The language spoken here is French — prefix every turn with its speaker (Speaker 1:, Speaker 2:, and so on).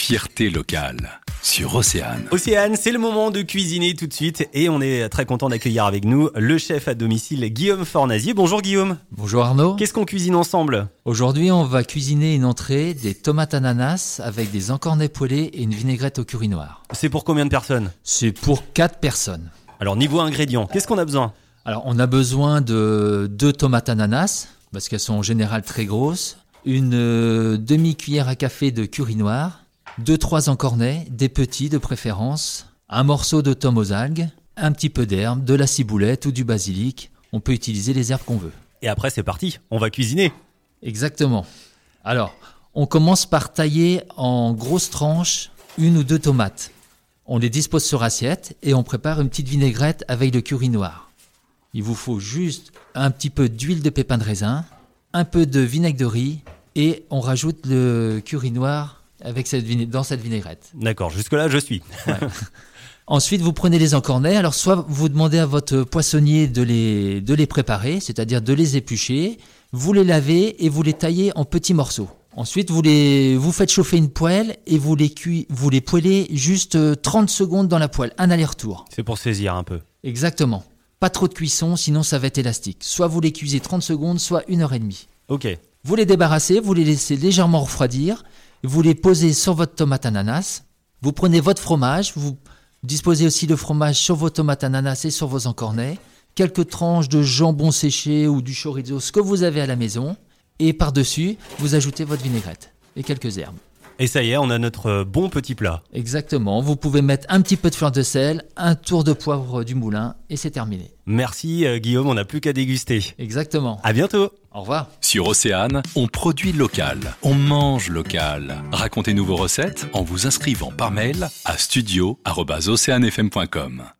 Speaker 1: fierté locale sur Océane.
Speaker 2: Océane, c'est le moment de cuisiner tout de suite et on est très content d'accueillir avec nous le chef à domicile Guillaume Fornazier. Bonjour Guillaume.
Speaker 3: Bonjour Arnaud.
Speaker 2: Qu'est-ce qu'on cuisine ensemble
Speaker 3: Aujourd'hui, on va cuisiner une entrée des tomates ananas avec des encornets poêlés et une vinaigrette au curry noir.
Speaker 2: C'est pour combien de personnes
Speaker 3: C'est pour 4 personnes.
Speaker 2: Alors niveau ingrédients, qu'est-ce qu'on a besoin
Speaker 3: Alors, on a besoin de deux tomates ananas parce qu'elles sont en général très grosses, une euh, demi-cuillère à café de curry noir, deux trois encornets, des petits de préférence, un morceau de thym aux algues, un petit peu d'herbe, de la ciboulette ou du basilic. On peut utiliser les herbes qu'on veut.
Speaker 2: Et après c'est parti, on va cuisiner.
Speaker 3: Exactement. Alors, on commence par tailler en grosses tranches une ou deux tomates. On les dispose sur assiette et on prépare une petite vinaigrette avec le curry noir. Il vous faut juste un petit peu d'huile de pépins de raisin, un peu de vinaigre de riz et on rajoute le curry noir avec cette vina- dans cette vinaigrette.
Speaker 2: D'accord, jusque-là je suis.
Speaker 3: Ensuite, vous prenez les encornets. Alors, soit vous demandez à votre poissonnier de les, de les préparer, c'est-à-dire de les éplucher, vous les lavez et vous les taillez en petits morceaux. Ensuite, vous les, vous faites chauffer une poêle et vous les cuis, vous les poêlez juste euh, 30 secondes dans la poêle, un aller-retour.
Speaker 2: C'est pour saisir un peu.
Speaker 3: Exactement. Pas trop de cuisson, sinon ça va être élastique. Soit vous les cuisez 30 secondes, soit une heure et demie.
Speaker 2: Ok,
Speaker 3: Vous les débarrassez, vous les laissez légèrement refroidir, vous les posez sur votre tomate ananas, vous prenez votre fromage, vous disposez aussi le fromage sur vos tomates ananas et sur vos encornets, quelques tranches de jambon séché ou du chorizo, ce que vous avez à la maison, et par-dessus, vous ajoutez votre vinaigrette et quelques herbes.
Speaker 2: et ça y est, on a notre euh, bon petit plat.
Speaker 3: Exactement, vous pouvez mettre un petit peu de fleur de sel, un tour de poivre du moulin, et c'est terminé.
Speaker 2: Merci euh, Guillaume, on n'a plus qu'à déguster.
Speaker 3: Exactement.
Speaker 2: À bientôt
Speaker 3: Au revoir.
Speaker 1: Sur Océane, on produit local, on mange local. Racontez-nous vos recettes en vous inscrivant par mail à studio@oceanefm.com.